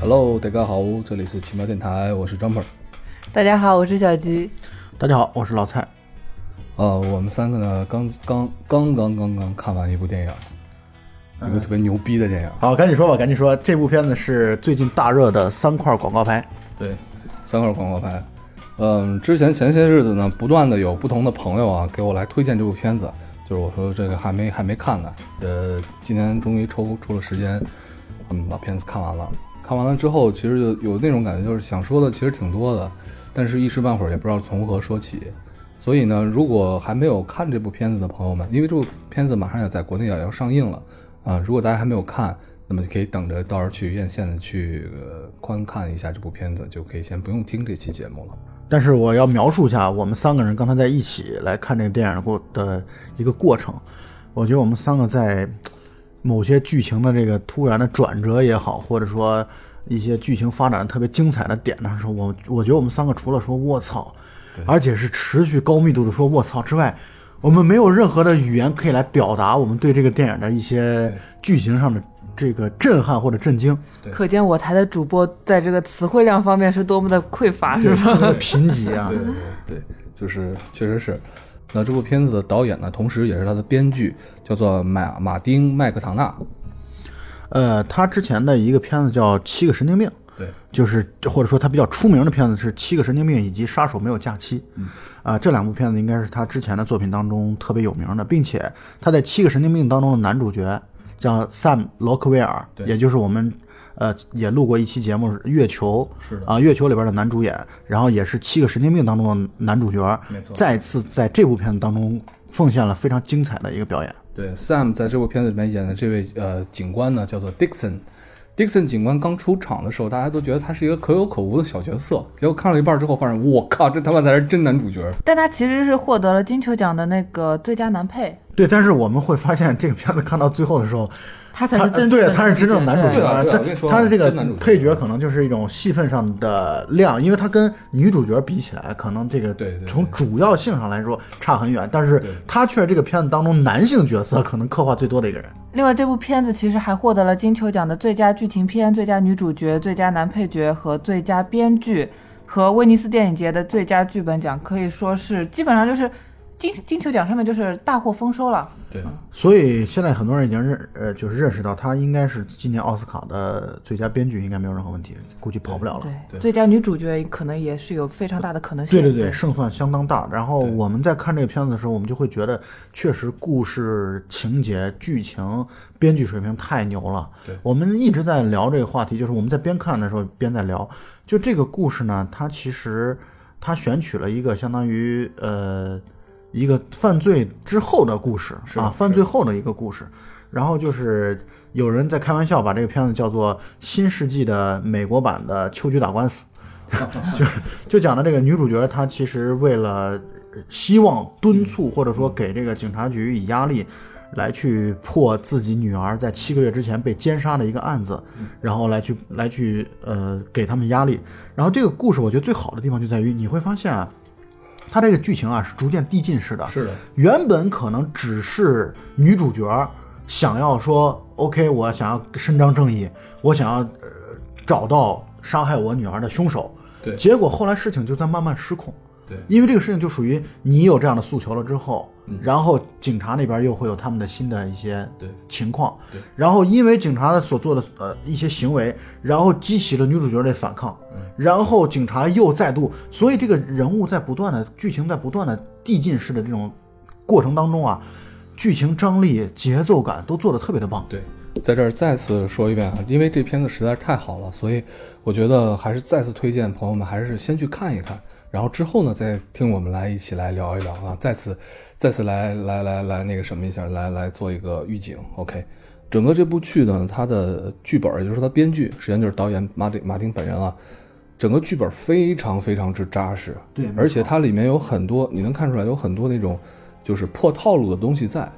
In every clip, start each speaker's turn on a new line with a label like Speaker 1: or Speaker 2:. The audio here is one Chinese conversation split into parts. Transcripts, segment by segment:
Speaker 1: Hello，大家好，这里是奇妙电台，我是 Jumper。
Speaker 2: 大家好，我是小吉。
Speaker 3: 大家好，我是老蔡。
Speaker 1: 呃，我们三个呢，刚刚刚刚刚刚看完一部电影，一个特别牛逼的电影。
Speaker 3: 好，赶紧说吧，赶紧说。这部片子是最近大热的三块广告牌。
Speaker 1: 对，三块广告牌。嗯，之前前些日子呢，不断的有不同的朋友啊，给我来推荐这部片子，就是我说这个还没还没看呢，呃，今天终于抽出了时间，嗯，把片子看完了。看完了之后，其实就有那种感觉，就是想说的其实挺多的，但是一时半会儿也不知道从何说起。所以呢，如果还没有看这部片子的朋友们，因为这部片子马上要在国内也要上映了啊、如果大家还没有看，那么就可以等着到时候去院线的去呃观看一下这部片子，就可以先不用听这期节目了。
Speaker 3: 但是我要描述一下我们三个人刚才在一起来看这个电影的过的一个过程。我觉得我们三个在某些剧情的这个突然的转折也好，或者说一些剧情发展得特别精彩的点的时候，我我觉得我们三个除了说“卧槽”，而且是持续高密度的说“卧槽”之外，我们没有任何的语言可以来表达我们对这个电影的一些剧情上的这个震撼或者震惊。
Speaker 2: 可见我台的主播在这个词汇量方面是多么的匮乏， 是吧？
Speaker 3: 特别贫瘠啊！
Speaker 1: 对对，就是确实是。那这部片子的导演呢，同时也是他的编剧，叫做马马丁麦克唐纳。
Speaker 3: 呃，他之前的一个片子叫《七个神经病》，
Speaker 1: 对，
Speaker 3: 就是或者说他比较出名的片子是《七个神经病》以及《杀手没有假期》。
Speaker 1: 嗯
Speaker 3: 啊、这两部片子应该是他之前的作品当中特别有名的，并且他在《七个神经病》当中的男主角叫 Sam 罗克威尔，也就是我们呃也录过一期节目《月球》
Speaker 1: 是的
Speaker 3: 啊，月球》里边的男主演，然后也是《七个神经病》当中的男主角，
Speaker 1: 没错
Speaker 3: 再次在这部片子当中奉献了非常精彩的一个表演。
Speaker 1: 对，Sam 在这部片子里面演的这位呃警官呢，叫做 Dixon。Dixon 警官刚出场的时候，大家都觉得他是一个可有可无的小角色，结果看了一半之后，发现我靠，这他妈才是真男主角。
Speaker 2: 但他其实是获得了金球奖的那个最佳男配，
Speaker 3: 对，但是我们会发现这个片子看到最后的时候，
Speaker 2: 他才是真正
Speaker 3: 对，啊
Speaker 2: 的
Speaker 3: 他是真正的男主角
Speaker 1: 对啊
Speaker 3: 啊
Speaker 1: 对啊
Speaker 3: 他
Speaker 1: 我跟你说
Speaker 3: 他的这个
Speaker 1: 真男主角
Speaker 3: 配角可能就是一种戏份上的量，因为他跟女主角比起来，可能这个
Speaker 1: 对对对
Speaker 3: 从主要性上来说差很远，但是他却是这个片子当中男性角色可能刻画最多的一个人。
Speaker 2: 另外，这部片子其实还获得了金球奖的最佳剧情片、最佳女主角、最佳男配角和最佳编剧，和威尼斯电影节的最佳剧本奖，可以说是基本上就是金金球奖上面就是大获丰收了。
Speaker 1: 对，
Speaker 3: 所以现在很多人已经认呃，就是认识到他应该是今年奥斯卡的最佳编剧，应该没有任何问题，估计跑不了了。
Speaker 2: 对，最佳女主角可能也是有非常大的可能性。
Speaker 3: 对对对，胜算相当大。然后我们在看这个片子的时候，我们就会觉得，确实故事情节、剧情、编剧水平太牛了。我们一直在聊这个话题，就是我们在边看的时候边在聊。就这个故事呢，它其实它选取了一个相当于呃一个犯罪之后的故事啊，犯罪后的一个故事。然后就是有人在开玩笑把这个片子叫做新世纪的美国版的秋菊打官司。就是就讲的这个女主角，她其实为了呃希望敦促或者说给这个警察局以压力，来去破自己女儿在七个月之前被奸杀的一个案子，然后来去来去呃给他们压力。然后这个故事我觉得最好的地方就在于你会发现啊，它这个剧情啊是逐渐递进式的，
Speaker 1: 是的，
Speaker 3: 原本可能只是女主角想要说，OK，我想要伸张正义，我想要、呃、找到杀害我女儿的凶手。
Speaker 1: 对
Speaker 3: 结果后来事情就在慢慢失控。
Speaker 1: 对嗯
Speaker 3: 因为这个事情就属于你有这样的诉求了之后，然后警察那边又会有他们的新的一些
Speaker 1: 对
Speaker 3: 情况
Speaker 1: 对，
Speaker 3: 然后因为警察的所做的呃一些行为，然后激起了女主角的反抗，
Speaker 1: 嗯
Speaker 3: 然后警察又再度，所以这个人物在不断的剧情在不断的递进式的这种过程当中啊，剧情张力、节奏感都做得特别的棒。
Speaker 1: 对，在这儿再次说一遍啊，因为这片子实在是太好了，所以我觉得还是再次推荐朋友们，还是先去看一看，然后之后呢再听我们来一起来聊一聊啊，再次再次来来来来那个什么一下，来来做一个预警，OK。整个这部剧呢，它的剧本，也就是说它编剧，实际上就是导演马丁马丁本人啊，整个剧本非常非常之扎实，
Speaker 3: 对
Speaker 1: 而且它里面有很多，你能看出来有很多那种就是破套路的东西在，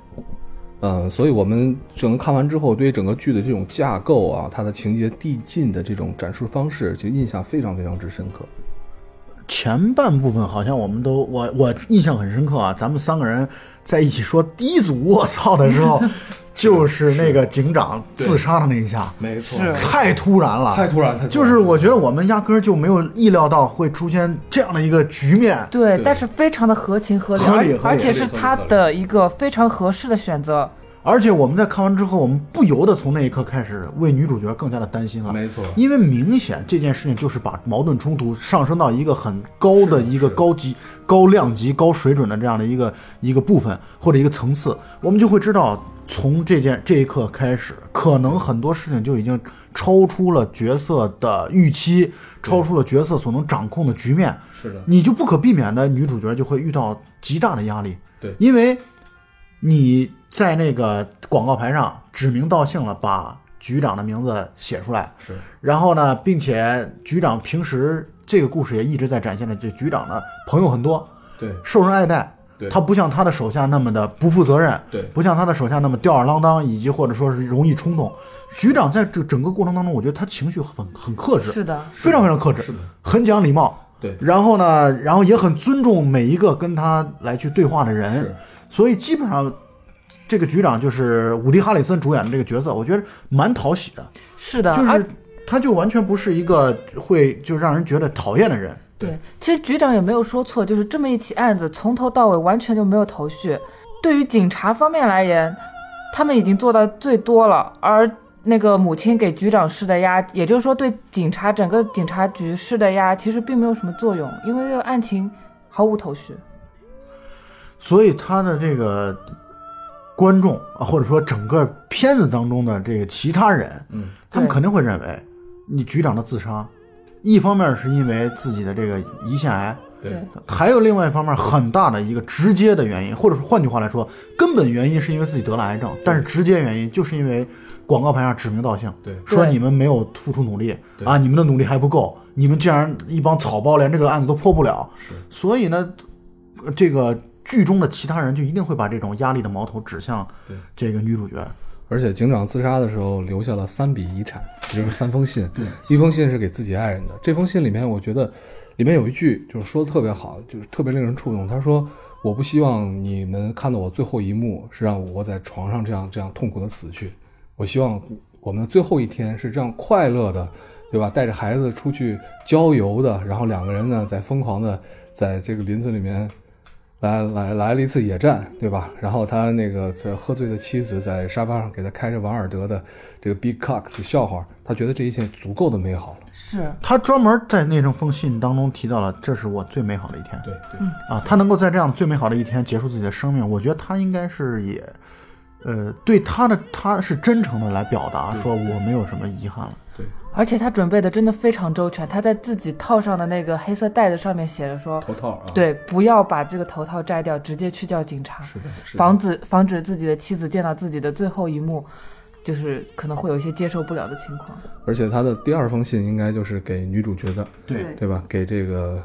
Speaker 1: 嗯，所以我们整个看完之后，对于整个剧的这种架构啊，它的情节递进的这种展示方式，就印象非常非常之深刻。
Speaker 3: 前半部分好像我们都我我印象很深刻啊，咱们三个人在一起说第一组我操的时候，就是那个警长自杀的那一下，
Speaker 1: 没错，
Speaker 2: 是
Speaker 3: 太突然了，
Speaker 1: 太突然，太突然
Speaker 3: 就是我觉得我们压根儿就没有意料到会出现这样的一个局面。
Speaker 2: 对
Speaker 1: 对，
Speaker 2: 但是非常的合情合理，
Speaker 3: 合理合理
Speaker 2: 而而且是
Speaker 1: 合理合理
Speaker 2: 他的一个非常合适的选择。
Speaker 3: 而且我们在看完之后，我们不由得从那一刻开始为女主角更加的担心了。
Speaker 1: 没错
Speaker 3: 因为明显这件事情就是把矛盾冲突上升到一个很高的一个高级、高量级、高水准的这样的一个一个部分或者一个层次，我们就会知道，从这件这一刻开始，可能很多事情就已经超出了角色的预期，超出了角色所能掌控的局面。
Speaker 1: 是的，
Speaker 3: 你就不可避免的女主角就会遇到极大的压力。
Speaker 1: 对
Speaker 3: 因为你在那个广告牌上指名道姓了，把局长的名字写出来，
Speaker 1: 是
Speaker 3: 然后呢，并且局长平时这个故事也一直在展现的，这局长呢朋友很多，
Speaker 1: 对
Speaker 3: 受人爱戴
Speaker 1: 对。
Speaker 3: 他不像他的手下那么的不负责任，
Speaker 1: 对
Speaker 3: 不像他的手下那么吊儿郎当，以及或者说是容易冲动。局长在这整个过程当中，我觉得他情绪很很克制，
Speaker 2: 是的，
Speaker 3: 非常非常克制
Speaker 1: 是的，
Speaker 3: 很讲礼貌。
Speaker 1: 对
Speaker 3: 然后呢，然后也很尊重每一个跟他来去对话的人
Speaker 1: 是，
Speaker 3: 所以基本上这个局长就是伍迪·哈里森主演的这个角色，我觉得蛮讨喜的，
Speaker 2: 是的，
Speaker 3: 就
Speaker 2: 呃而
Speaker 3: 是他就完全不是一个会就让人觉得讨厌的人。
Speaker 2: 对，其实局长也没有说错，就是这么一起案子从头到尾完全就没有头绪。对于警察方面来言，他们已经做到最多了，而那个母亲给局长施的压，也就是说对警察整个警察局施的压，其实并没有什么作用，因为这个案情毫无头绪。
Speaker 3: 所以他的这个观众啊，或者说整个片子当中的这个其他人，
Speaker 1: 嗯，
Speaker 3: 他们
Speaker 2: 对
Speaker 3: 肯定会认为你局长的自杀，一方面是因为自己的这个胰腺癌，
Speaker 1: 对
Speaker 2: 对
Speaker 3: 还有另外一方面很大的一个直接的原因，或者说换句话来说，根本原因是因为自己得了癌症，但是直接原因就是因为广告牌上指名道姓，
Speaker 1: 对
Speaker 3: 说
Speaker 2: 对
Speaker 3: 你们没有付出努力
Speaker 1: 对
Speaker 3: 啊，你们的努力还不够，你们竟然一帮草包连这个案子都破不了，所以呢，呃这个剧中的其他人就一定会把这种压力的矛头指向
Speaker 1: 对
Speaker 3: 这个女主角，
Speaker 1: 而且警长自杀的时候留下了三笔遗产，其实是三封信，一封信是给自己爱人的。这封信里面，我觉得里面有一句就是说的特别好，就是特别令人触动。他说：“我不希望你们看到我最后一幕是让我在床上这样这样痛苦的死去，我希望我们的最后一天是这样快乐的，对吧？带着孩子出去郊游的，然后两个人呢在疯狂的在这个林子里面来来来了一次野战，对吧？然后他那个这喝醉的妻子在沙发上给他开着王尔德的这个 Big Cock 的笑话，他觉得这一切足够的美好了。
Speaker 2: 是
Speaker 3: 她专门在那封封信当中提到了，这是我最美好的一天。
Speaker 1: 对对，
Speaker 3: 啊，他能够在这样最美好的一天结束自己的生命，我觉得他应该是也，呃，对他的他是真诚的来表达，说我没有什么遗憾了。
Speaker 2: 而且他准备的真的非常周全，他在自己套上的那个黑色袋子上面写着说，
Speaker 1: 头套啊，
Speaker 2: 对，不要把这个头套摘掉，直接去叫警察，
Speaker 1: 是的，是的，
Speaker 2: 防止防止自己的妻子见到自己的最后一幕，就是可能会有一些接受不了的情况。
Speaker 1: 而且他的第二封信应该就是给女主角的，
Speaker 3: 对
Speaker 1: 对吧？给这个，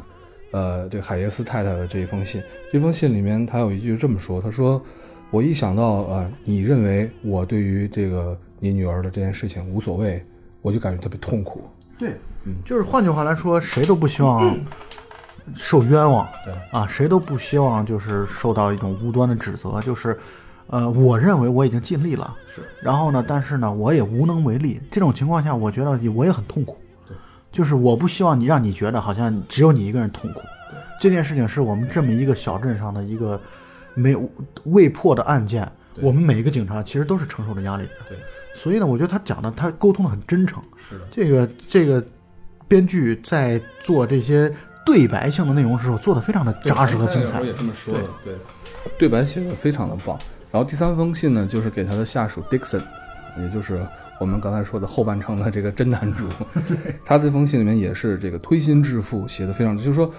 Speaker 1: 呃，这个海耶斯太太的这一封信，这封信里面他有一句这么说，他说：“我一想到呃，你认为我对于这个你女儿的这件事情无所谓，我就感觉特别痛苦。
Speaker 3: 对，就是换句话来说，谁都不希 望受冤枉，啊，谁都不希望就是受到一种无端的指责，就是，呃，我认为我已经尽力了，
Speaker 1: 是，
Speaker 3: 然后呢，但是呢，我也无能为力。这种情况下，我觉得也我也很痛苦，就是我不希望你让你觉得好像只有你一个人痛苦。这件事情是我们这么一个小镇上的一个没有未破的案件，我们每一个警察其实都是承受着压力的。
Speaker 1: 对，
Speaker 3: 所以呢，我觉得他讲的他沟通的很真诚。
Speaker 1: 是的，
Speaker 3: 这个这个编剧在做这些对白性的内容的时候，做的非常的扎实和精彩
Speaker 1: 我。也这么说的，对，对白写的非常的棒。然后第三封信呢，就是给他的下属 Dixon，也就是我们刚才说的后半程的这个真男 主。 他这封信里面也是这个推心置腹，写的非常，就是说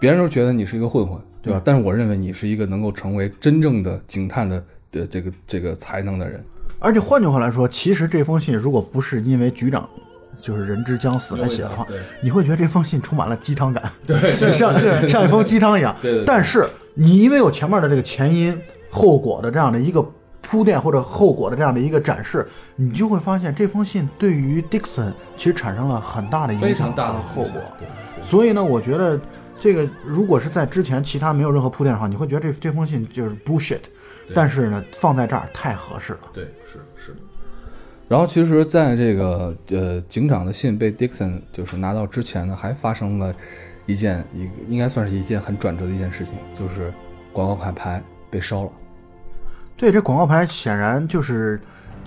Speaker 1: 别人都觉得你是一个混混，对
Speaker 3: 嗯
Speaker 1: 吧？但是我认为你是一个能够成为真正的警探的的这个这个才能的人。
Speaker 3: 而且换句话来说，其实这封信如果不是因为局长就是人之将死来写的话
Speaker 1: 对，
Speaker 3: 你会觉得这封信充满了鸡汤感，
Speaker 1: 对
Speaker 3: 像像一封鸡汤一样。
Speaker 1: 对对对
Speaker 3: 但是你因为有前面的这个前因后果的这样的一个铺垫或者后果的这样的一个展示，你就会发现这封信对于 Dixon 其实产生了很大的影响和后果。所以呢，我觉得这个如果是在之前其他没有任何铺垫的话，你会觉得这这封信就是 bullshit，但是呢，放在这儿太合适了。
Speaker 1: 对，是是。然后其实，在这个呃警长的信被 Dixon 就是拿到之前呢，还发生了一件一个应该算是一件很转折的一件事情，就是广告牌牌被烧了。
Speaker 3: 对，这广告牌显然就是，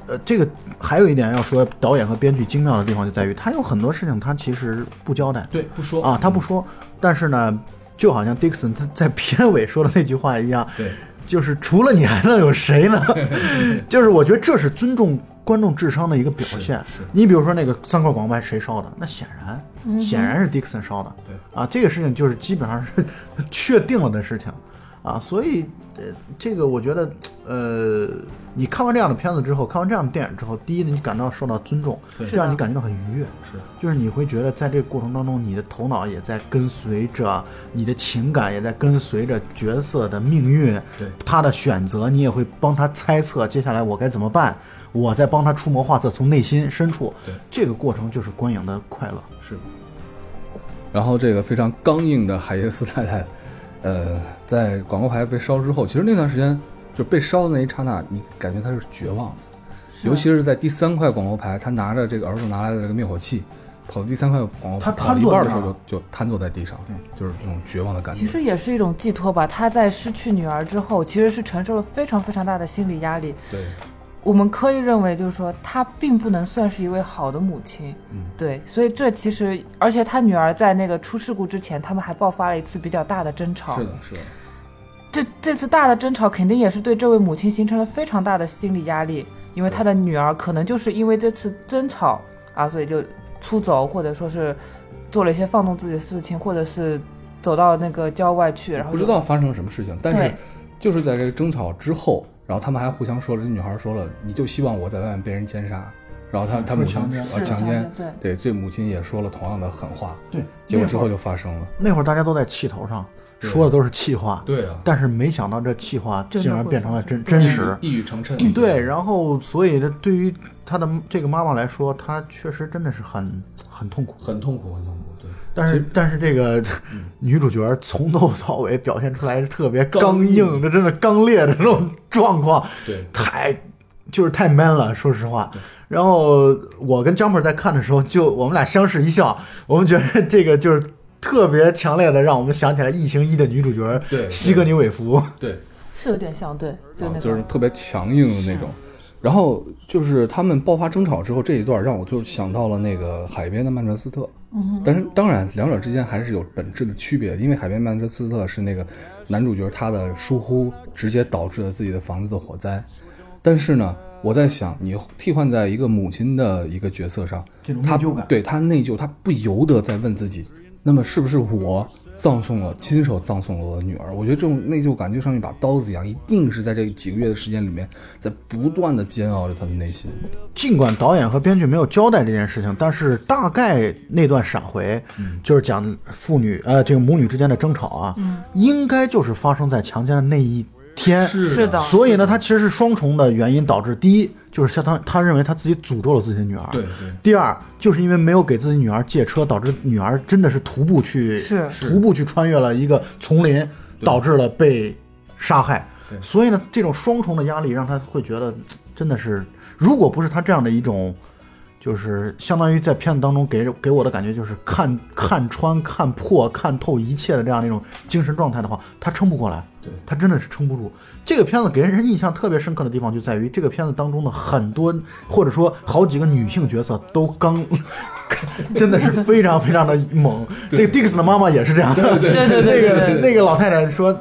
Speaker 3: 呃，这个还有一点要说，导演和编剧精妙的地方就在于，他有很多事情他其实不交代
Speaker 1: 对，不说嗯
Speaker 3: 啊，他不说，但是呢，就好像 Dixon 他在片尾说的那句话一样，
Speaker 1: 对，
Speaker 3: 就是除了你还能有 谁呢？就是我觉得这是尊重观众智商的一个表现
Speaker 1: 是是。
Speaker 3: 你比如说那个三块广告牌谁烧的？那显然，显然是 Dixon 烧的。
Speaker 1: 对
Speaker 3: 啊，这个事情就是基本上是 确定了的事情啊，所以呃，这个我觉得呃，你看完这样的片子之后，看完这样的电影之后，第一呢，你感到受到尊重，
Speaker 2: 是
Speaker 3: 这样
Speaker 2: 的
Speaker 3: 你感觉到很愉悦。
Speaker 1: 是
Speaker 3: 就是你会觉得在这个过程当中，你的头脑也在跟随着你的情感，也在跟随着角色的命运
Speaker 1: 对，
Speaker 3: 他的选择，你也会帮他猜测接下来我该怎么办，我在帮他出谋划策，从内心深处
Speaker 1: 对，
Speaker 3: 这个过程就是观影的快乐。
Speaker 1: 是。然后这个非常刚硬的海耶斯太太， 呃，在广告牌被烧之后，其实那段时间就被烧的那一刹那，你感觉她是绝望的，
Speaker 3: 啊
Speaker 1: 尤其是在第三块广告牌，她拿着这个儿子拿来的这个灭火器，跑到第三块广告牌
Speaker 3: 她
Speaker 1: 跑到
Speaker 3: 瘫
Speaker 1: 一
Speaker 3: 坐
Speaker 1: 半的
Speaker 3: 那
Speaker 1: 时
Speaker 3: 儿
Speaker 1: 候就就瘫坐在地上，就是这种绝望的感觉
Speaker 2: 其。实也是一种寄托吧。他在失去女儿之后，其实是承受了非常非常大的心理压力。
Speaker 1: 对，
Speaker 2: 我们可以认为，就是说她并不能算是一位好的母亲，
Speaker 1: 嗯
Speaker 2: 对，所以这其实，而且她女儿在那个出事故之前，他们还爆发了一次比较大的争吵
Speaker 1: 是，的，是的，
Speaker 2: 这这次大的争吵肯定也是对这位母亲形成了非常大的心理压力，因为她的女儿可能就是因为这次争吵啊，所以就出走，或者说是做了一些放纵自己的事情，或者是走到那个郊外去，然后
Speaker 1: 不
Speaker 2: 就
Speaker 1: 知道发生了什么事情，但是
Speaker 2: 对
Speaker 1: 就是在这个争吵之后，然后他们还互相说了，这女孩说了，你就希望我在外面被人奸杀，然后他他母亲
Speaker 3: 强奸
Speaker 1: 啊强奸，
Speaker 2: 对
Speaker 1: 对，这母亲也说了同样的狠话，
Speaker 3: 对，
Speaker 1: 结果之后就发生了，
Speaker 3: 那会儿大家都在气头上，说的都是气话，
Speaker 1: 对啊，
Speaker 3: 但是没想到这气话
Speaker 2: 真的
Speaker 3: 竟然
Speaker 2: 会
Speaker 3: 变成
Speaker 2: 发
Speaker 3: 了真
Speaker 2: 生
Speaker 3: 真实。
Speaker 1: 一语成谶，
Speaker 3: 嗯对，然后所以呢，对于他的这个妈妈来说，她确实真的是很很痛苦。
Speaker 1: 很痛苦，很痛苦，对，
Speaker 3: 但是但是这个 女主角从头到尾表现出来是特别
Speaker 1: 刚
Speaker 3: 刚硬的，真的刚烈的这种状况，
Speaker 1: 对
Speaker 3: 太就是太 man 了，说实话。然后我跟 Jumper 在看的时候，就我们俩相视一笑，我们觉得这个就是特别强烈的，让我们想起来《异形一》的女主角
Speaker 1: 对对
Speaker 3: 西格尼韦弗。
Speaker 1: 对，
Speaker 2: 是有点像，对，就
Speaker 1: 啊
Speaker 2: 那个，
Speaker 1: 就是特别强硬的那种。然后就是他们爆发争吵之后这一段，让我就想到了那个海边的曼彻斯特。嗯，但是当然两者之间还是有本质的区别，因为海边曼彻斯特是那个男主角他的疏忽直接导致了自己的房子的火灾。但是呢，我在想，你替换在一个母亲的一个角色上，
Speaker 3: 这种内
Speaker 1: 他
Speaker 3: 疚感
Speaker 1: 对他内疚，他不由得在问自己，那么是不是我葬送了，亲手葬送了我的女儿？我觉得这种内疚感就像一把刀子一样，一定是在这几个月的时间里面，在不断的煎熬着他的内心。
Speaker 3: 尽管导演和编剧没有交代这件事情，但是大概那段闪回，
Speaker 2: 嗯
Speaker 3: 就是讲父女呃这个母女之间的争吵啊，应该就是发生在强奸的那一天。
Speaker 2: 是的
Speaker 3: 所以呢，他其实是双重的原因导致，第一就是相当他认为他自己诅咒了自己的女儿，
Speaker 1: 对对
Speaker 3: 第二就是因为没有给自己女儿借车，导致女儿真的是徒步去
Speaker 2: 是
Speaker 3: 徒步去穿越了一个丛林，导致了被杀害。所以呢，这种双重的压力让他会觉得嘖嗯真的是，如果不是他这样的一种，就是相当于在片子当中给给我的感觉就是看看穿、看破、看透一切的这样的一种精神状态的话，他撑不过来。
Speaker 1: 对
Speaker 3: 他真的是撑不住。这个片子给人印象特别深刻的地方就在于，这个片子当中的很多或者说好几个女性角色都刚， 真的是非常非常的猛。这个 Dix 的妈妈也是这样，对对
Speaker 2: 对对对对
Speaker 3: 那个那个老太太说。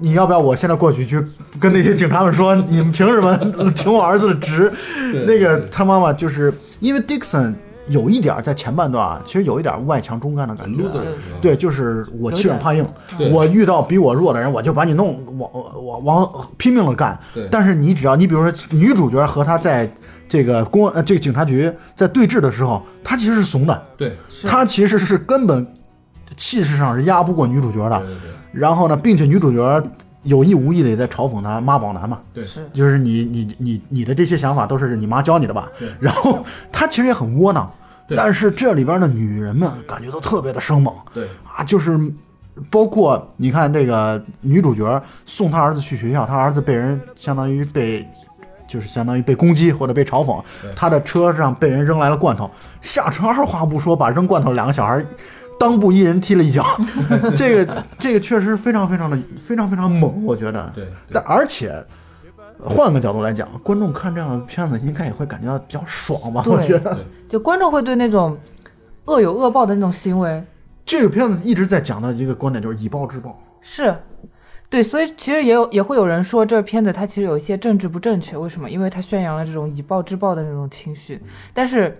Speaker 3: 你要不要我现在过去去跟那些警察们说，你们凭什么停我儿子的职？那个他妈妈就是因为 Dixon 有一点儿在前半段啊，其实有一点儿外强中干的感觉，啊对，就是我欺软怕硬，我遇到比我弱的人，我就把你弄，我我往拼命的干
Speaker 1: 对。
Speaker 3: 但是你只要你比如说女主角和她在这个公呃这个警察局在对峙的时候，她其实是怂的，
Speaker 1: 对
Speaker 3: 她其实是根本气势上是压不过女主角的。然后呢，并且女主角有意无意的也在嘲讽她妈宝男嘛，
Speaker 1: 对
Speaker 2: 是
Speaker 3: 就是你你你你的这些想法都是你妈教你的吧？然后她其实也很窝囊，但是这里边的女人们感觉都特别的生猛，
Speaker 1: 对
Speaker 3: 啊，就是包括你看这个女主角送她儿子去学校，她儿子被人相当于被。就是相当于被攻击或者被嘲讽，她的车上被人扔来了罐头，下车二话不说把扔罐头的两个小孩裆部一人踢了 一脚，这个这个确实非常非常的非常非常猛，我觉得。
Speaker 1: 对
Speaker 3: 但而且换个角度来讲，观众看这样的片子应该也会感觉到比较爽吧？
Speaker 2: 对
Speaker 3: 我觉得
Speaker 2: 就观众会对那种恶有恶报的那种行为
Speaker 3: 这个片子一直在讲的一个观点就是以暴制暴。
Speaker 2: 是，对，所以其实也有也会有人说，这片子它其实有一些政治不正确，为什么？因为它宣扬了这种以暴制暴的那种情绪，但是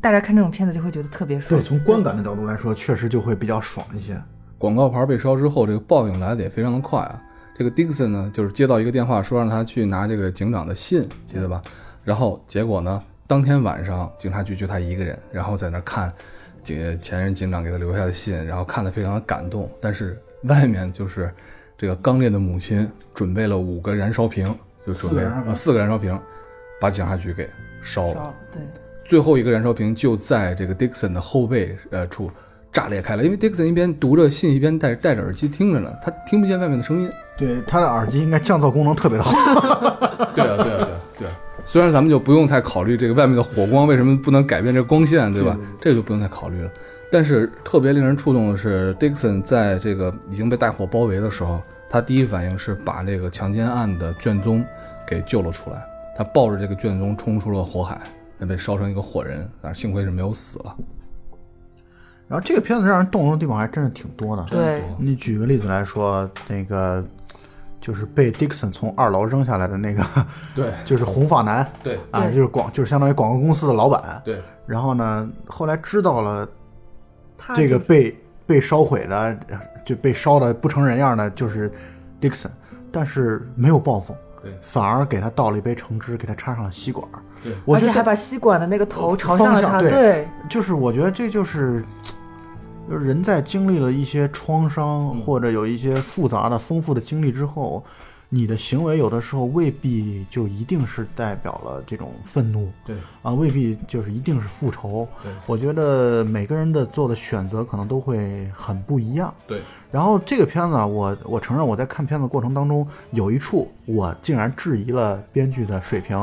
Speaker 2: 大家看这种片子就会觉得特别爽
Speaker 3: 对，。从观感的角度来说，确实就会比较爽一些。
Speaker 1: 广告牌被烧之后，这个报应来的也非常的快啊。这个 Dixon 呢，就是接到一个电话，说让他去拿这个警长的信，记得吧？然后结果呢，当天晚上警察局就他一个人，然后在那儿看警前任警长给他留下的信，然后看得非常的感动。但是外面就是这个刚烈的母亲准备了五个燃烧瓶，就准备
Speaker 3: 四个燃烧瓶
Speaker 1: 啊四个燃烧瓶，把警察局给烧了。
Speaker 2: 烧对，
Speaker 1: 最后一个燃烧瓶就在这个 Dixon 的后背呃处炸裂开了，因为 Dixon 一边读着信，一边戴戴着耳机听着呢，他听不见外面的声音。
Speaker 3: 对，他的耳机应该降噪功能特别 的好。
Speaker 1: 对啊，对啊，对啊，对啊。虽然咱们就不用太考虑这个外面的火光为什么不能改变这个光线，对吧？这个就不用太考虑了。但是特别令人触动的是，Dixon 在这个已经被大火包围的时候，他第一反应是把这个强奸案的卷宗给救了出来。他抱着这个卷宗冲出了火海，那被烧成一个火人，但是幸亏是没有死了。
Speaker 3: 然后这个片子让人动容的地方还真是挺多的。
Speaker 2: 对，
Speaker 3: 你举个例子来说，那个就是被 Dixon 从二楼扔下来的那个，
Speaker 1: 对
Speaker 3: 就是红发男
Speaker 1: 对
Speaker 3: 啊，
Speaker 2: 对
Speaker 3: 就是广就是相当于广告公司的老板。
Speaker 1: 对
Speaker 3: 然后呢，后来知道了
Speaker 2: 他
Speaker 3: 这个
Speaker 2: 啊就
Speaker 3: 被被烧毁的，呃就被烧的不成人样的就是 Dixon，但是没有报复，
Speaker 1: 对
Speaker 3: 反而给他倒了一杯橙汁，给他插上了吸管儿
Speaker 1: 对。
Speaker 3: 我
Speaker 2: 而
Speaker 3: 觉
Speaker 2: 且还
Speaker 3: 得
Speaker 2: 把吸管的那个头朝向了
Speaker 3: 方
Speaker 2: 他，
Speaker 3: 向对
Speaker 2: 对
Speaker 3: 就是我觉得这就是。就是人在经历了一些创伤或者有一些复杂的、丰富的经历之后，你的行为有的时候未必就一定是代表了这种愤怒，
Speaker 1: 对
Speaker 3: 啊，未必就是一定是复仇
Speaker 1: 对。
Speaker 3: 我觉得每个人的做的选择可能都会很不一样。
Speaker 1: 对
Speaker 3: 然后这个片子啊，我我承认我在看片子过程当中有一处我竟然质疑了编剧的水平，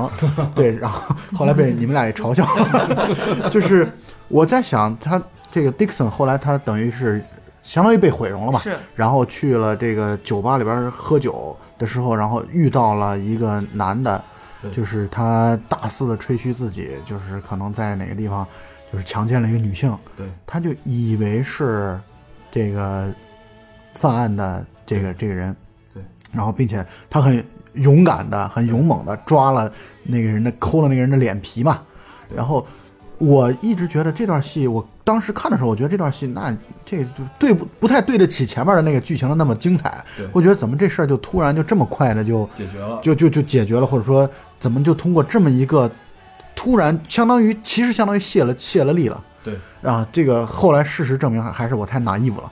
Speaker 3: 对，然后后来被你们俩给嘲笑了。就是我在想他这个 Dixon 后来他等于是相当于被毁容了吧？
Speaker 2: 是。
Speaker 3: 然后去了这个酒吧里边喝酒的时候，然后遇到了一个男的，就是他大肆的吹嘘自己，就是可能在哪个地方就是强奸了一个女性，
Speaker 1: 对
Speaker 3: 他就以为是这个犯案的这个这个人，
Speaker 1: 对，
Speaker 3: 然后并且他很勇敢的、很勇猛的抓了那个人的、抠了那个人的脸皮嘛，然后。我一直觉得这段戏，我当时看的时候，我觉得这段戏那这就对不不太对得起前面的那个剧情的那么精彩
Speaker 1: 对。
Speaker 3: 我觉得怎么这事儿就突然就这么快的就
Speaker 1: 解决了。
Speaker 3: 就就就解决了，或者说怎么就通过这么一个突然，相当于其实相当于泄了泄了力了。
Speaker 1: 对
Speaker 3: 啊，这个后来事实证明还还是我太 naive 了。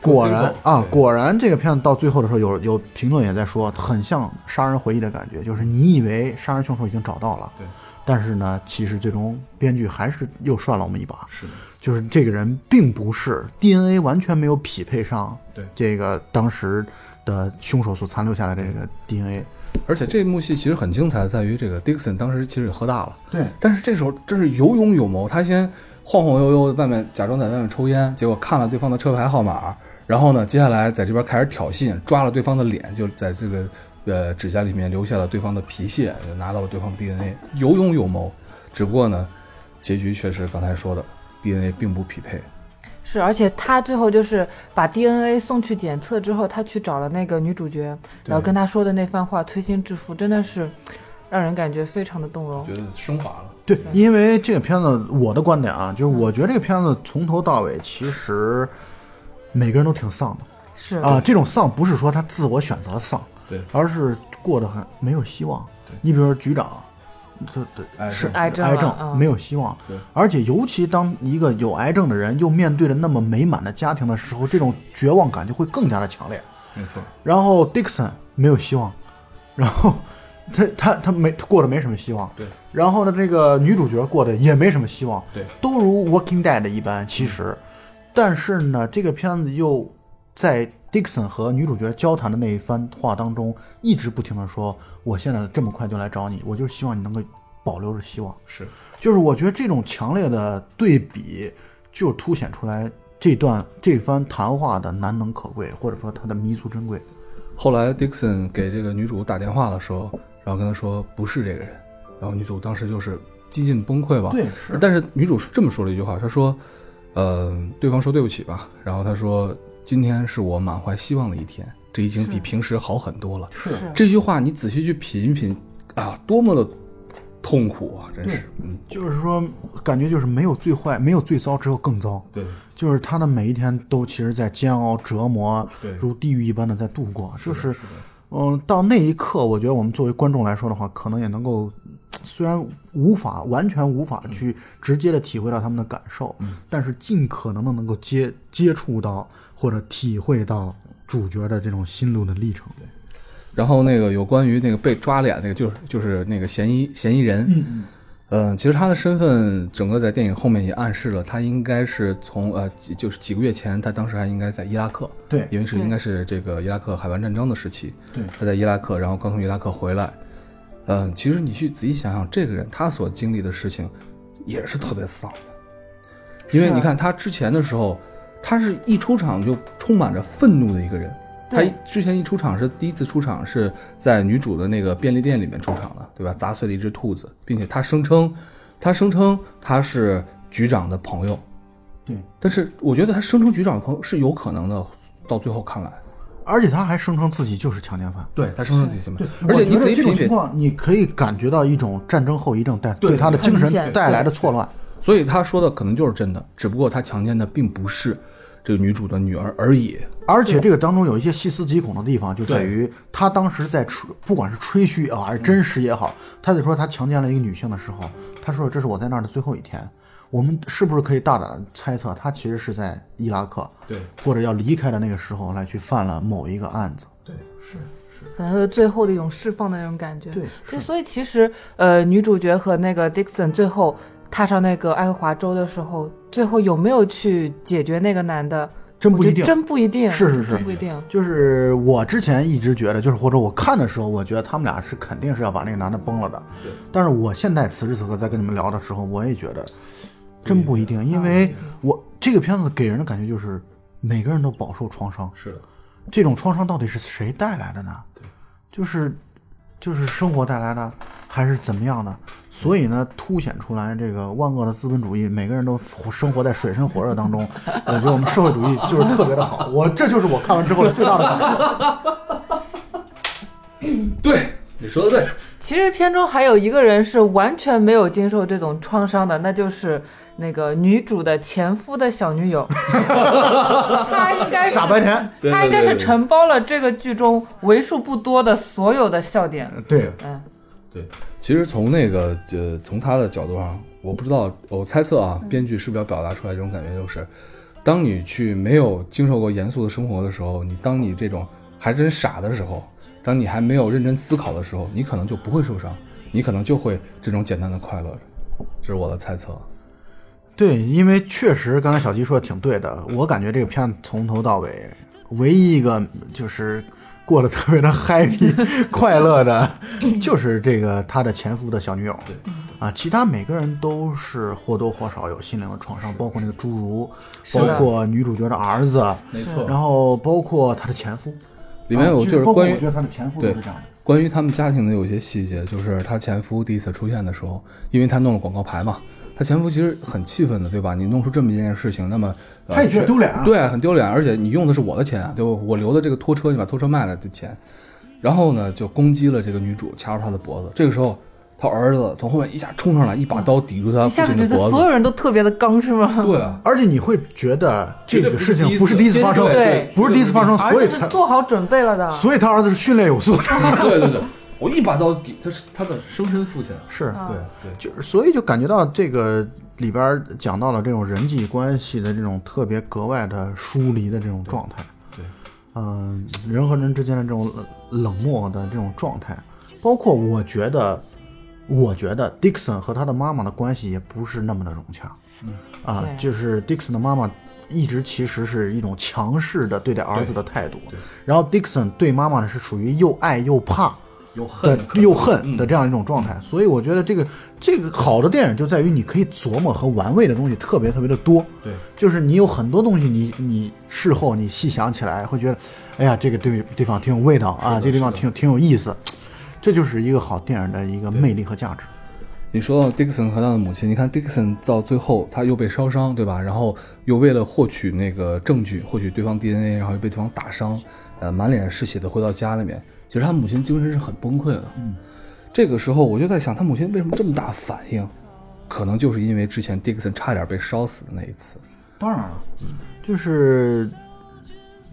Speaker 3: 果然啊，
Speaker 1: 对
Speaker 3: 果然这个片子到最后的时候有，有评论也在说，很像《杀人回忆》的感觉，就是你以为杀人凶手已经找到了，
Speaker 1: 对，
Speaker 3: 但是呢，其实最终编剧还是又涮了我们一把，
Speaker 1: 是的，
Speaker 3: 就是这个人并不是 DNA 完全没有匹配上
Speaker 1: 对
Speaker 3: 这个当时的凶手所残留下来的这个 DNA。
Speaker 1: 而且这幕戏其实很精彩，在于这个 Dixon 当时其实也喝大了，
Speaker 3: 对，
Speaker 1: 但是这时候真是有勇有谋，他先晃晃悠悠外面假装在外面抽烟，结果看了对方的车牌号码，然后呢，接下来在这边开始挑衅，抓了对方的脸，就在这个呃指甲里面留下了对方的皮屑，就拿到了对方的 DNA，有勇有谋。只不过呢，结局确实刚才说的 DNA 并不匹配，
Speaker 2: 是，而且他最后就是把 DNA 送去检测之后，他去找了那个女主角，然后跟她说的那番话推心置腹，真的是让人感觉非常的动容。
Speaker 1: 觉得升华了。
Speaker 3: 对，因为这个片子，我的观点啊，就是
Speaker 1: 嗯
Speaker 3: 我觉得这个片子从头到尾，其实每个人都挺丧的
Speaker 2: 是
Speaker 3: 啊。这种丧不是说他自我选择丧，
Speaker 1: 嗯对
Speaker 3: 而是过得很没有希望。你比如说局长，这
Speaker 1: 癌
Speaker 3: 对
Speaker 1: 症
Speaker 3: 是
Speaker 2: 癌症
Speaker 3: 癌
Speaker 2: 啊
Speaker 3: 症
Speaker 2: 嗯
Speaker 3: 没有希望
Speaker 1: 对，
Speaker 3: 而且尤其当一个有癌症的人又面对着那么美满的家庭的时候，这种绝望感就会更加的强烈。
Speaker 1: 没错，
Speaker 3: 然后 Dixon 没有希望，然后他他他没他过得没什么希望，
Speaker 1: 对。
Speaker 3: 然后呢，这个女主角过得也没什么希望，
Speaker 1: 对，嗯
Speaker 3: 都如 Walking Dead 一般。其实，但是呢，这个片子又在 Dixon 和女主角交谈的那一番话当中，一直不停的说：“我现在这么快就来找你，我就是希望你能够保留着希望。”
Speaker 1: 是，
Speaker 3: 就是我觉得这种强烈的对比，就凸显出来这段这番谈话的难能可贵，或者说它的弥足珍贵。
Speaker 1: 后来 Dixon 给这个女主打电话的时候，然后跟她说不是这个人，然后女主当时就是几近崩溃吧。
Speaker 3: 对，是
Speaker 1: 但是女主是这么说了一句话，她说：“呃，对方说对不起吧。”然后她说：“今天是我满怀希望的一天，这已经比
Speaker 2: 是
Speaker 1: 平时好很多了。
Speaker 3: 是
Speaker 2: 是”
Speaker 1: 这句话你仔细去品一品啊，多么的痛苦啊！真是，嗯，
Speaker 3: 就是说，感觉就是没有最坏，没有最糟，只有更糟。
Speaker 1: 对
Speaker 3: 就是他的每一天都其实在煎熬、折磨，
Speaker 1: 对
Speaker 3: 如地狱一般的在度过。就是，
Speaker 1: 是的
Speaker 3: 嗯、到那一刻，我觉得我们作为观众来说的话，可能也能够，虽然无法完全无法去直接的体会到他们的感受，但是尽可能的能够接接触到或者体会到主角的这种心路的历程。
Speaker 1: 然后那个有关于那个被抓脸那个，就是就是那个嫌疑嫌疑人，嗯嗯，其实他的身份整个在电影后面也暗示了，他应该是从呃几就是几个月前，他当时还应该在伊拉克，
Speaker 3: 对
Speaker 1: 因为是应该是这个伊拉克海湾战争的时期，
Speaker 3: 对
Speaker 1: 他在伊拉克，然后刚从伊拉克回来，嗯，其实你去仔细想想，这个人他所经历的事情也是特别丧的，因为
Speaker 2: 是啊
Speaker 1: 你看他之前的时候，他是一出场就充满着愤怒的一个人。他
Speaker 2: 对
Speaker 1: 一之前一出场是第一次出场是在女主的那个便利店里面出场的，对吧？砸碎了一只兔子，并且他声称，他声称他是局长的朋友，
Speaker 3: 对，
Speaker 1: 但是我觉得他声称局长的朋友是有可能的，到最后看来，
Speaker 3: 而且他还声称自己就是强奸犯。
Speaker 1: 对他声称自己什么，而
Speaker 3: 啊我
Speaker 1: 且
Speaker 3: 觉
Speaker 1: 你
Speaker 3: 得
Speaker 1: 仔细
Speaker 3: 这
Speaker 1: 品
Speaker 3: 种
Speaker 1: 一品，
Speaker 3: 情况，你可以感觉到一种战争后遗症带
Speaker 1: 对
Speaker 3: 对他的
Speaker 2: 很
Speaker 3: 精
Speaker 2: 明
Speaker 3: 神
Speaker 2: 显
Speaker 3: 带来的错乱。
Speaker 1: 所以他说的可能就是真的，只不过他强奸的并不是这个女主的女儿而已。
Speaker 3: 而且这个当中有一些细思极恐的地方，就在于他当时在吹，不管是吹嘘也好，还是真实也好，
Speaker 1: 嗯
Speaker 3: 他在说他强奸了一个女性的时候，他说这是我在那儿的最后一天。我们是不是可以大胆地猜测，他其实是在伊拉克，
Speaker 1: 对
Speaker 3: 或者要离开的那个时候来去犯了某一个案子？
Speaker 1: 对是
Speaker 2: 可能是最后的一种释放的那种感觉。
Speaker 3: 对
Speaker 2: 对，所以其实呃，女主角和那个 Dixon 最后踏上那个爱荷华州的时候，最后有没有去解决那个男的，
Speaker 3: 真
Speaker 2: 我
Speaker 3: 不
Speaker 2: 觉
Speaker 3: 一
Speaker 2: 得
Speaker 3: 定，
Speaker 2: 真不一定，
Speaker 3: 是是是
Speaker 2: 真不一定。
Speaker 3: 就是我之前一直觉得，就是或者我看的时候，我觉得他们俩是肯定是要把那个男的崩了的。但是我现在此时此刻在跟你们聊的时候，我也觉得真不一定，因为我这个片子给人的感觉就是每个人都饱受创伤，
Speaker 1: 是的，
Speaker 3: 这种创伤到底是谁带来的呢？就是就是生活带来的，还是怎么样的？所以呢，凸显出来这个万恶的资本主义，每个人都活生活在水深火热当中。 我觉得我们社会主义就是特别的好，我这就是我看完之后最大的感受。
Speaker 1: 对你说的对，
Speaker 2: 其实片中还有一个人是完全没有经受这种创伤的，那就是那个女主的前夫的小 女友，他应该是
Speaker 3: 傻白甜，
Speaker 1: 对
Speaker 2: 他应该
Speaker 1: 对对
Speaker 2: 是
Speaker 1: 对
Speaker 2: 承包了这个剧中为数不多的所有的笑点。
Speaker 3: 对，
Speaker 2: 嗯，
Speaker 1: 对，其实从那个呃，从他的角度上，我不知道，我猜测啊，编剧是不是要表达出来这种感觉，就是当你去没有经受过严肃的生活的时候，你当你这种还真傻的时候，当你还没有认真思考的时候，你可能就不会受伤，你可能就会这种简单的快乐，这是我的猜测。
Speaker 3: 对，因为确实刚才小鸡说的挺对的，我感觉这个片子从头到尾，唯一一个就是过得特别 的 happy 快乐的，就是这个他的前夫的小女友。啊，其他每个人都是或多或少有心灵的创伤，包括那个侏儒，
Speaker 2: 是
Speaker 3: 包
Speaker 2: 的
Speaker 3: 括女主角的儿子，
Speaker 1: 没
Speaker 2: 错
Speaker 3: 然后包括她的前夫。
Speaker 1: 里面有
Speaker 3: 啊
Speaker 1: 就
Speaker 3: 其实
Speaker 1: 是
Speaker 3: 包括
Speaker 1: 关于
Speaker 3: 我觉得她的前夫都
Speaker 1: 对
Speaker 3: 是这样的。
Speaker 1: 关于他们家庭的有一些细节，就是她前夫第一次出现的时候，因为他弄了广告牌嘛，她前夫其实很气愤的，对吧？你弄出这么一件事情，那么、呃、
Speaker 3: 他也觉得
Speaker 1: 确
Speaker 3: 丢脸啊
Speaker 1: 对，很丢脸，而且你用的是我的钱啊，对吧？我留的这个拖车，你把拖车卖了的钱，然后呢就攻击了这个女主，掐住她的脖子。这个时候，她儿子从后面一下冲上来，一把刀抵住她
Speaker 2: 一
Speaker 1: 父
Speaker 2: 下子
Speaker 1: 亲
Speaker 2: 觉
Speaker 1: 的
Speaker 2: 得
Speaker 1: 脖
Speaker 2: 所
Speaker 1: 子。
Speaker 2: 有人都特别的刚，是吗？
Speaker 1: 对啊，
Speaker 3: 而且你会觉得这
Speaker 1: 绝对不
Speaker 3: 个
Speaker 1: 是
Speaker 3: 事情
Speaker 1: 第一
Speaker 3: 不是
Speaker 1: 次
Speaker 3: 第一次
Speaker 1: 绝
Speaker 3: 发生，
Speaker 1: 对
Speaker 2: 对
Speaker 3: 不是第一次 发生，
Speaker 2: 而
Speaker 3: 所以
Speaker 2: 且是
Speaker 3: 才，
Speaker 2: 做好准备了的。
Speaker 3: 所以他儿子是训练有素的。
Speaker 1: 对对对，我一把刀抵，他是他的生身父亲。
Speaker 3: 是，
Speaker 1: 对对，
Speaker 3: 就是所以就感觉到这个里边儿讲到了这种人际关系的这种特别格外的疏离的这种状态，
Speaker 1: 对，
Speaker 3: 嗯、人和人之间的这种冷冷漠的这种状态，包括我觉得，我觉得 Dixon 和他的妈妈的关系也不是那么的融洽，啊
Speaker 2: 显，然
Speaker 3: 就是 Dixon 的妈妈一直其实是一种强势的对待儿子的态度，然后 Dixon 对妈妈呢是属于又爱又怕
Speaker 1: 有
Speaker 3: 的
Speaker 1: 恨嗯
Speaker 3: 又恨的这样一种状态，所以我觉得这个这个好的电影就在于你可以琢磨和玩味的东西特别特别的多，
Speaker 1: 对，
Speaker 3: 就是你有很多东西你你事后你细想起来会觉得，哎呀这个对地方挺有味道啊，这地方挺挺有意思，这就是一个好电影的一个魅力和价值。
Speaker 1: 你说到 Dixon 和他的母亲，你看 Dixon 到最后他又被烧伤，对吧？然后又为了获取那个证据，获取对方 DNA，然后又被对方打伤，呃，满脸是血的回到家里面。其实他母亲精神是很崩溃的。嗯，这个时候我就在想，他母亲为什么这么大反应？可能就是因为之前 Dixon 差点被烧死的那一次。
Speaker 3: 当然了，就是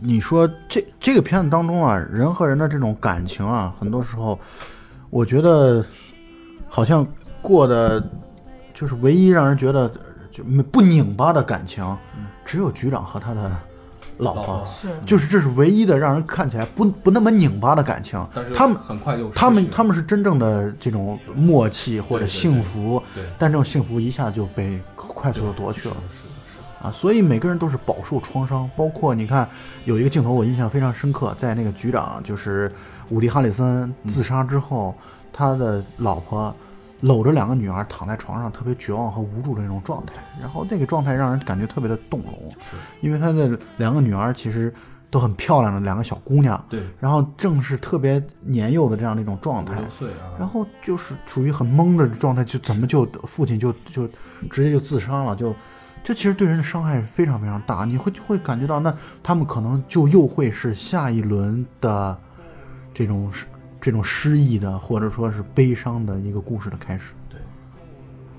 Speaker 3: 你说这这个片子当中啊，人和人的这种感情啊，很多时候我觉得好像过的就是唯一让人觉得就没不拧巴的感情，只有局长和他的老
Speaker 1: 老
Speaker 3: 婆
Speaker 1: 婆，
Speaker 2: 是
Speaker 3: 就是这是唯一的让人看起来不不那么拧巴的感情。他们
Speaker 1: 很快又
Speaker 3: 他们他们是真正的这种默契或者
Speaker 1: 对对对
Speaker 3: 幸福，
Speaker 1: 对
Speaker 3: 但这种幸福一下就被快速的夺去了。啊，所以每个人都是饱受创伤，包括你看有一个镜头我印象非常深刻，在那个局长就是伍迪·哈里森自杀之后，他的老婆搂着两个女儿躺在床上，特别绝望和无助的那种状态，然后那个状态让人感觉特别的动容，因为他的两个女儿其实都很漂亮的两个小姑娘，
Speaker 1: 对
Speaker 3: 然后正是特别年幼的这样的一种状态，
Speaker 1: 岁啊，
Speaker 3: 然后就是处于很懵的状态，就怎么就父亲就就直接就自杀了，就这其实对人的伤害非常非常大，你会就会感觉到，那他们可能就又会是下一轮的这种失这种失意的或者说是悲伤的一个故事的开始。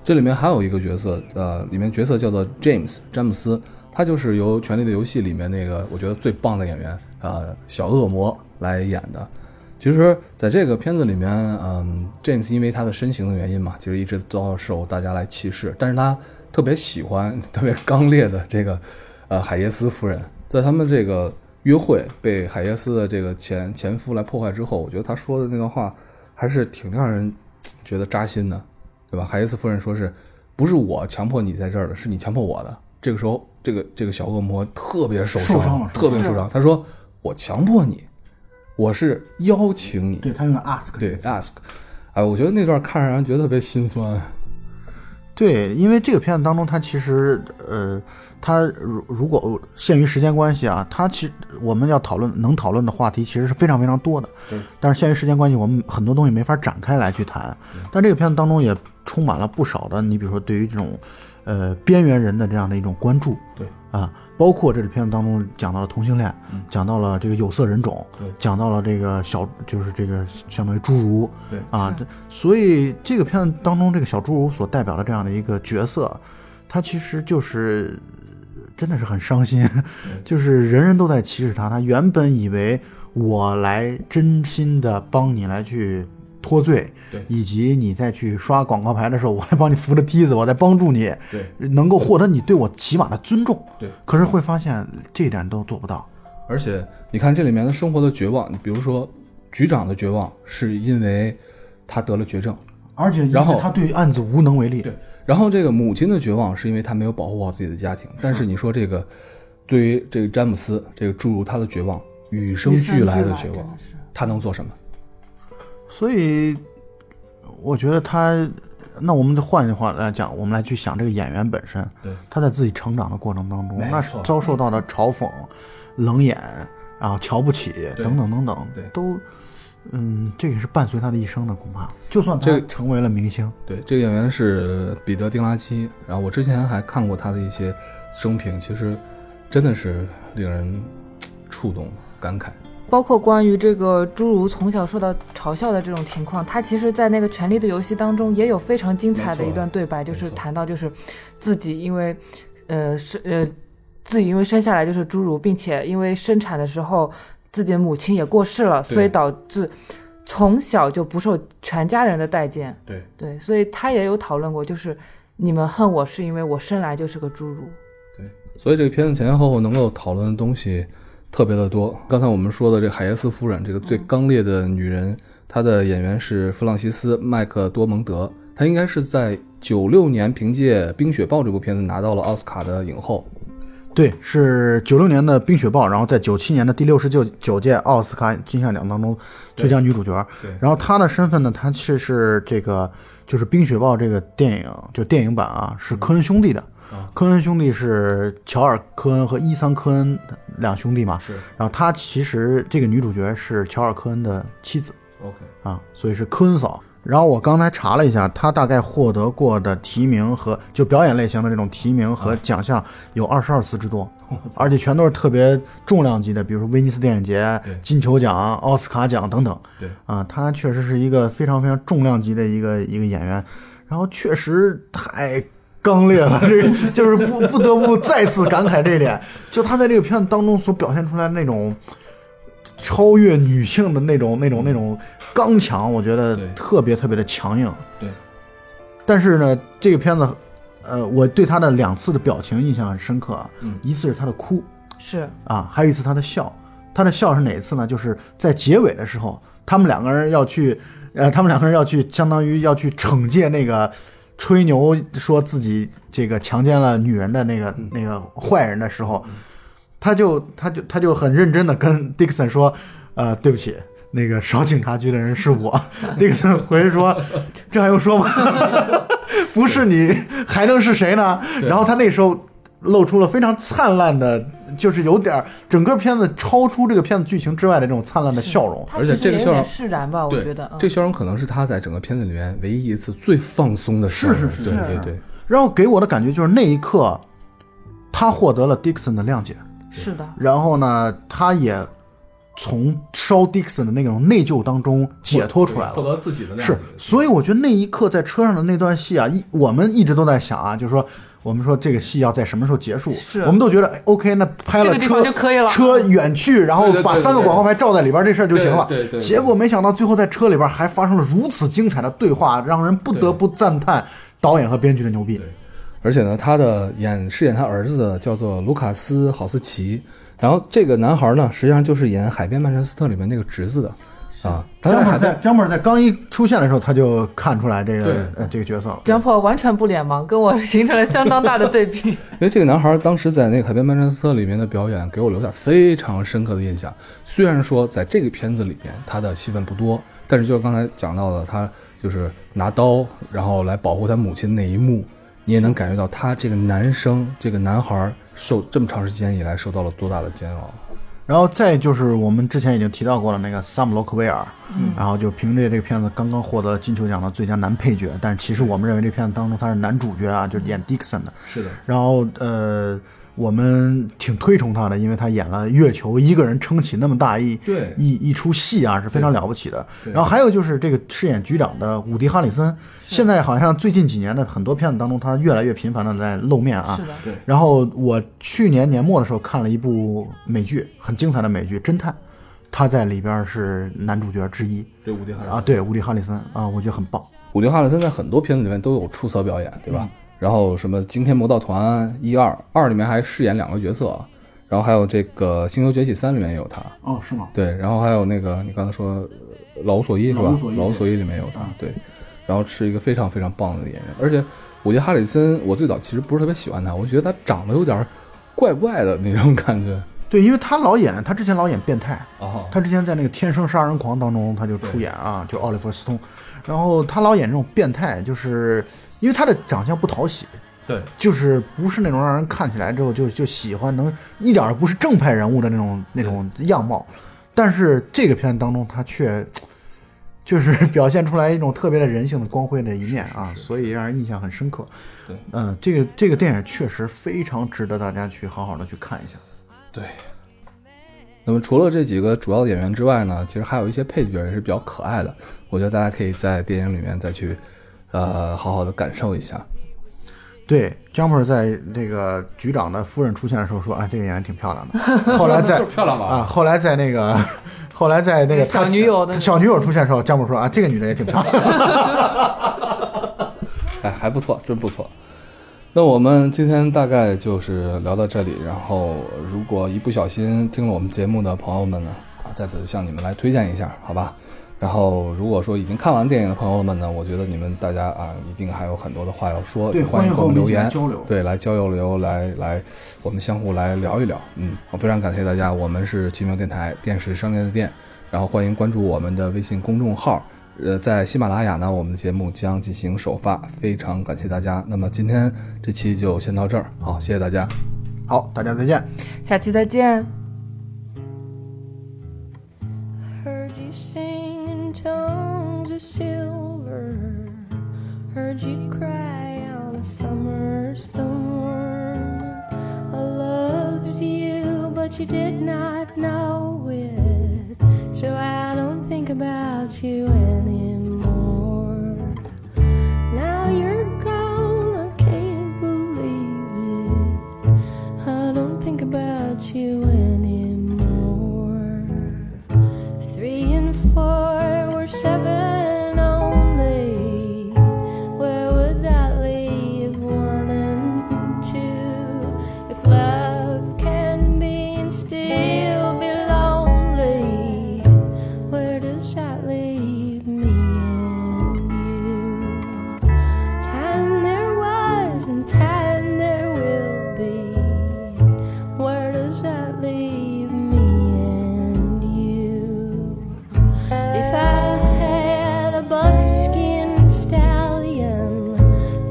Speaker 1: 这里面还有一个角色，呃，里面角色叫做 James 詹姆斯，他就是由《权力的游戏》里面那个我觉得最棒的演员，呃，小恶魔来演的。其实，在这个片子里面，嗯，James 因为他的身形的原因嘛，其实一直遭受大家来歧视，但是他特别喜欢特别刚烈的这个，呃，海耶斯夫人，在他们这个约会被海耶斯的这个前前夫来破坏之后，我觉得他说的那段话还是挺让人觉得扎心的。对吧？海耶斯夫人说是，不是我强迫你在这儿的，是你强迫我的。这个时候，这个这个小恶魔特别受
Speaker 3: 受伤了
Speaker 1: 特别受伤。他说：“我强迫你，我是邀请你。”
Speaker 3: 对他用的 ask
Speaker 1: 对，ask，哎，我觉得那段看让人觉得特别心酸。
Speaker 3: 对，因为这个片子当中，它其实呃，它如如果限于时间关系啊，它其实我们要讨论能讨论的话题其实是非常非常多的。但是限于时间关系，我们很多东西没法展开来去谈。但这个片子当中也充满了不少的，你比如说对于这种呃边缘人的这样的一种关注。
Speaker 1: 对
Speaker 3: 啊，包括这个片子当中讲到了同性恋，讲到了这个有色人种
Speaker 1: 嗯对，
Speaker 3: 讲到了这个小就是这个相当于侏儒，
Speaker 1: 对
Speaker 3: 啊，这所以这个片子当中这个小侏儒所代表的这样的一个角色，他其实就是真的是很伤心，就是人人都在歧视他，他原本以为我来真心的帮你来去。脱罪
Speaker 1: 对，
Speaker 3: 以及你再去刷广告牌的时候，我来帮你扶着梯子，我在帮助你，
Speaker 1: 对
Speaker 3: 能够获得你对我起码的尊重。
Speaker 1: 对，
Speaker 3: 可是会发现这一点都做不到。
Speaker 1: 而且你看这里面的生活的绝望，你比如说局长的绝望，是因为他得了绝症，
Speaker 3: 而且，
Speaker 1: 然后
Speaker 3: 他对于案子无能为力。
Speaker 1: 对，然后这个母亲的绝望是因为她没有保护好自己的家庭，但是你说这个，对于这个詹姆斯这个诸如他的绝望，与生俱来的绝
Speaker 2: 真的
Speaker 1: 望，
Speaker 2: 是
Speaker 1: 他能做什么？
Speaker 3: 所以，我觉得他，那我们就换一换来讲，我们来去想这个演员本身，
Speaker 1: 对
Speaker 3: 他在自己成长的过程当中，
Speaker 1: 没
Speaker 3: 那
Speaker 1: 错
Speaker 3: 遭受到的嘲讽、冷眼啊、瞧不起
Speaker 1: 对
Speaker 3: 等等等等
Speaker 1: 对，
Speaker 3: 都，嗯，这个是伴随他的一生的，恐怕。就算
Speaker 1: 这
Speaker 3: 他
Speaker 1: 个
Speaker 3: 成为了明星，
Speaker 1: 对，这个演员是彼得·丁拉基，然后我之前还看过他的一些生平，其实真的是令人触动、感慨。
Speaker 2: 包括关于这个侏儒从小受到嘲笑的这种情况，他其实，在那个《权力的游戏》当中也有非常精彩的一段对白，就是谈到就是自己因为，呃，是呃，自己因为生下来就是侏儒，并且因为生产的时候自己的母亲也过世了，所以导致从小就不受全家人的待见。
Speaker 1: 对
Speaker 2: 对，所以他也有讨论过，就是你们恨我是因为我生来就是个侏儒。
Speaker 1: 对，所以这个片子前前后后能够讨论的东西特别的多。刚才我们说的这海耶斯夫人，这个最刚烈的女人，她的演员是弗朗西斯·麦克多蒙德，他应该是在九六年凭借《冰雪暴》这部片子拿到了奥斯卡的影后。
Speaker 3: 对，是九六年的《冰雪暴》，然后在九七年的第六十九九届奥斯卡金像奖当中最佳女主角
Speaker 1: 对对。
Speaker 3: 然后她的身份呢，她是是这个就是《冰雪暴》这个电影，就电影版啊，是科恩兄弟的。
Speaker 1: 嗯
Speaker 3: 科恩兄弟是乔尔·科恩和伊桑·科恩两兄弟嘛，
Speaker 1: 是
Speaker 3: 然后她其实这个女主角是乔尔·科恩的妻子
Speaker 1: OK，
Speaker 3: 啊，所以是科恩嫂。然后我刚才查了一下，她大概获得过的提名和就表演类型的这种提名和奖项有二十二次之多，而且全都是特别重量级的，比如说威尼斯电影节
Speaker 1: 对、
Speaker 3: 金球奖、奥斯卡奖等等。
Speaker 1: 对
Speaker 3: 啊，她确实是一个非常非常重量级的一个一个演员，然后确实太刚烈了，这个就是不不得不再次感慨这一点，就她在这个片子当中所表现出来的那种超越女性的那种那种那种刚强，我觉得
Speaker 1: 对
Speaker 3: 特别特别的强硬。
Speaker 1: 对，
Speaker 3: 但是呢，这个片子，呃，我对她的两次的表情印象很深刻啊，
Speaker 1: 嗯
Speaker 3: 一次是她的哭，
Speaker 2: 是
Speaker 3: 啊，还有一次他的笑，他的笑是哪一次呢？就是在结尾的时候，他们两个人要去，呃，他们两个人要去，相当于要去惩戒那个吹牛说自己这个强奸了女人的那个那个坏人的时候，他就他就他就很认真的跟 Dixon 说，呃，对不起。那个烧警察局的人是我，Dixon 回说：“这还用说吗？ 不是你还能是谁呢？”然后他那时候露出了非常灿烂的，就是有点儿整个片子超出这个片子剧情之外的这种灿烂的笑容。
Speaker 2: 他
Speaker 1: 而且
Speaker 2: 其实
Speaker 1: 这个
Speaker 2: 也
Speaker 1: 效
Speaker 2: 有点
Speaker 1: 果
Speaker 2: 释然吧，我
Speaker 1: 对，
Speaker 2: 觉得。嗯
Speaker 1: 这肖容可能是他在整个片子里面唯一一次最放松的时候。
Speaker 3: 是是是
Speaker 1: 对
Speaker 2: 是
Speaker 1: 对对，
Speaker 3: 然后给我的感觉就是那一刻，他获得了 Dixon 的谅解，
Speaker 2: 是的，
Speaker 3: 然后呢，他也从烧 Dixon 的那种内疚当中解脱出来了。
Speaker 1: 得自己的
Speaker 3: 是，所以我觉得那一刻在车上的那段戏啊，一我们一直都在想啊，就是说我们说这个戏要在什么时候结束，
Speaker 2: 是
Speaker 3: 我们都觉得哎 OK，那拍
Speaker 2: 这
Speaker 3: 了
Speaker 2: 个地
Speaker 3: 车
Speaker 2: 方就可以了。
Speaker 3: 车远去，然后
Speaker 1: 对对对
Speaker 3: 把
Speaker 1: 对
Speaker 3: 三个
Speaker 1: 对
Speaker 3: 广告牌罩在里边，这事儿就行了。
Speaker 1: 对对对对
Speaker 3: 结果没想到最后在车里边还发生了如此精彩的对话，让人不得不赞叹导演和编剧的牛逼。
Speaker 1: 而且呢，他的演饰演他儿子的叫做卢卡斯·郝思琪，然后这个男孩呢，实际上就是演《海边曼彻斯特》里面那个侄子的啊。他在
Speaker 3: 张
Speaker 1: 海
Speaker 3: 本在
Speaker 1: 边，
Speaker 3: 张本在刚一出现的时候，他就看出来
Speaker 1: 对
Speaker 3: 这个呃这个角色了。
Speaker 2: 张破完全不脸盲，跟我形成了相当大的对 比。
Speaker 1: 因为这个男孩当时在那个《海边曼彻斯特》里面的表演，给我留下非常深刻的印象。虽然说在这个片子里面他的戏份不多，但是就是刚才讲到的，他就是拿刀然后来保护他母亲那一幕，你也能感觉到他这个男生这个男孩受这么长时间以来受到了多大的煎熬。
Speaker 3: 然后再就是我们之前已经提到过了那个萨姆罗科维尔，
Speaker 2: 嗯
Speaker 3: 然后就凭借这个片子刚刚获得了金球奖的最佳男配角，但是其实我们认为这片子当中他是男主角啊，就是演 Dixon 的。
Speaker 1: 是的，
Speaker 3: 然后呃，我们挺推崇他的，因为他演了月球，一个人撑起那么大一
Speaker 1: 对
Speaker 3: 一一出戏啊，是非常了不起的。
Speaker 1: 对
Speaker 3: 然后还有就是这个饰演局长的伍迪·哈里森，现在好像最近几年的很多片子当中，他越来越频繁的在露面啊
Speaker 2: 是。的，
Speaker 3: 然后我去年年末的时候看了一部美剧，很精彩的美剧《侦探》，他在里边是男主角之一
Speaker 1: 这伍迪·哈
Speaker 3: 啊，对，伍迪·哈里森啊，我觉得很棒。
Speaker 1: 伍迪·哈里森在很多片子里面都有出色表演，对吧？然后什么《惊天魔盗团》一二二里面还饰演两个角色，然后还有这个《星球崛起三》里面也有他，
Speaker 3: 哦，是吗？
Speaker 1: 对，然后还有那个你刚才说呃老无所依是吧
Speaker 3: 老无所？依
Speaker 1: 老无所依里面有他，对，然后是一个非常非常棒的演员，而且我觉得哈里森，我最早其实不是特别喜欢他，我觉得他长得有点怪怪的那种感觉
Speaker 3: 对，因为他老演，他之前老演变态，
Speaker 1: 啊，
Speaker 3: 他之前在那个《天生杀人狂》当中，他就出演啊，就奥利弗·斯通，然后他老演这种变态，就是因为他的长相不讨喜，
Speaker 1: 对
Speaker 3: 就是不是那种让人看起来之后就就喜欢，能一点儿不是正派人物的那种那种样貌，但是这个片当中他却就是表现出来一种特别的人性的光辉的一面啊，所以让人印象很深刻。
Speaker 1: 对，
Speaker 3: 嗯，这个这个电影确实非常值得大家去好好的去看一下。
Speaker 1: 对。那么除了这几个主要的演员之外呢，其实还有一些配角也是比较可爱的，我觉得大家可以在电影里面再去，呃，好好的感受一下。
Speaker 3: 对，Jumper 在那个局长的夫人出现的时候说：“啊，这个演员挺漂亮的。” 后来 在
Speaker 1: 漂亮
Speaker 3: 啊，？后来在那个， 后来在那个
Speaker 2: 小
Speaker 3: 他
Speaker 2: 女友的
Speaker 3: 小女友出现的时候，姜姆说：“啊，这个女人也挺漂亮。
Speaker 1: 哎，还不错，真不错。那我们今天大概就是聊到这里，然后如果一不小心听了我们节目的朋友们呢，啊，在此向你们来推荐一下，好吧？然后，如果说已经看完电影的朋友们呢，我觉得你们大家啊，一定还有很多的话要说，
Speaker 4: 对
Speaker 1: 就欢
Speaker 4: 欢迎
Speaker 1: 迎给
Speaker 4: 和
Speaker 1: 我们
Speaker 4: 我们
Speaker 1: 留
Speaker 4: 一起
Speaker 1: 言，
Speaker 4: 来交流
Speaker 1: 对，来交流流，来来，我们相互来聊一聊。嗯，我非常感谢大家，我们是奇妙电台电视商店的店，然后欢迎关注我们的微信公众号。呃，在喜马拉雅呢，我们的节目将进行首发，非常感谢大家。那么今天这期就先到这儿，好，谢谢大家。
Speaker 3: 好，大家再见。
Speaker 2: 下期再见。
Speaker 5: Heard you sing in tongues of silver. Heard you cry on a summer storm. I loved you, but you did not know it. So I don't think about you anymore. Now you're gone, I can't believe it. I don't think about you anymore. Three and four were seven only. Where would that leave one and two? If love can be and still be lonely, where does that leave me and you? Time there was and time there will be. Where does that leave me and you? If I had a buckskin stallion,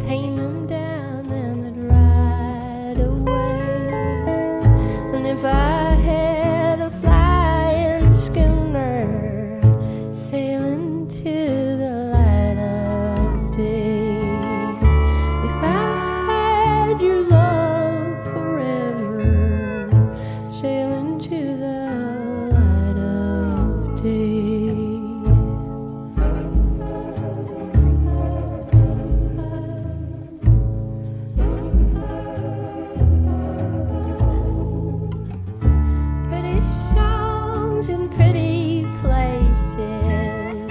Speaker 5: tame him down and I'd ride away. And if I had a flying schooner sailing to the light of day, if I had your love forever, sailing to the light of day. pretty songs in pretty places,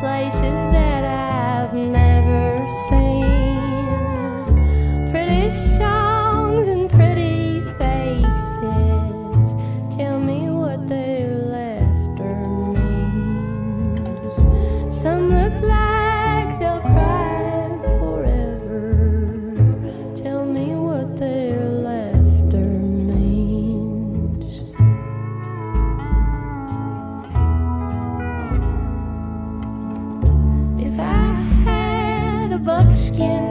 Speaker 5: places that I've never seen. Pretty songs and pretty faces, tell me what their laughter means. Some look like they'll cry forever. Tell me what their laughter means. If I had a buckskin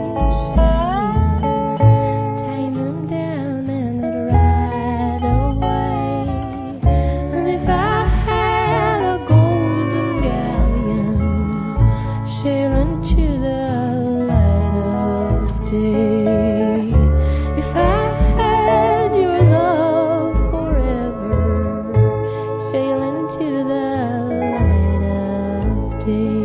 Speaker 5: stallion, tame him down and I'd ride away. And if I had a golden galleon, sailing to the light of day. If I had your love forever, sailing to the light of day. Mm-hmm.